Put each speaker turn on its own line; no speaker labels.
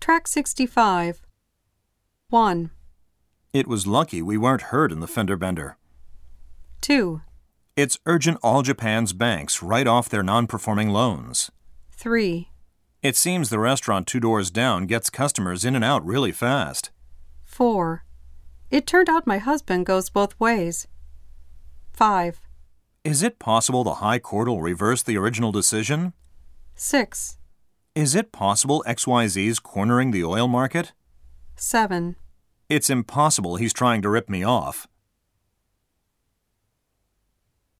Track 65. 1,
It was lucky we weren't hurt in the fender bender.
2,
It's urgent all Japan's banks write off their non performing loans.
3,
It seems the restaurant two doors down gets customers in and out really fast.
4. It turned out my husband goes both ways. 5,
Is it possible the High Court will reverse the original decision?
6,
Is it possible XYZ's cornering the oil market?
7.
It's impossible he's trying to rip me off.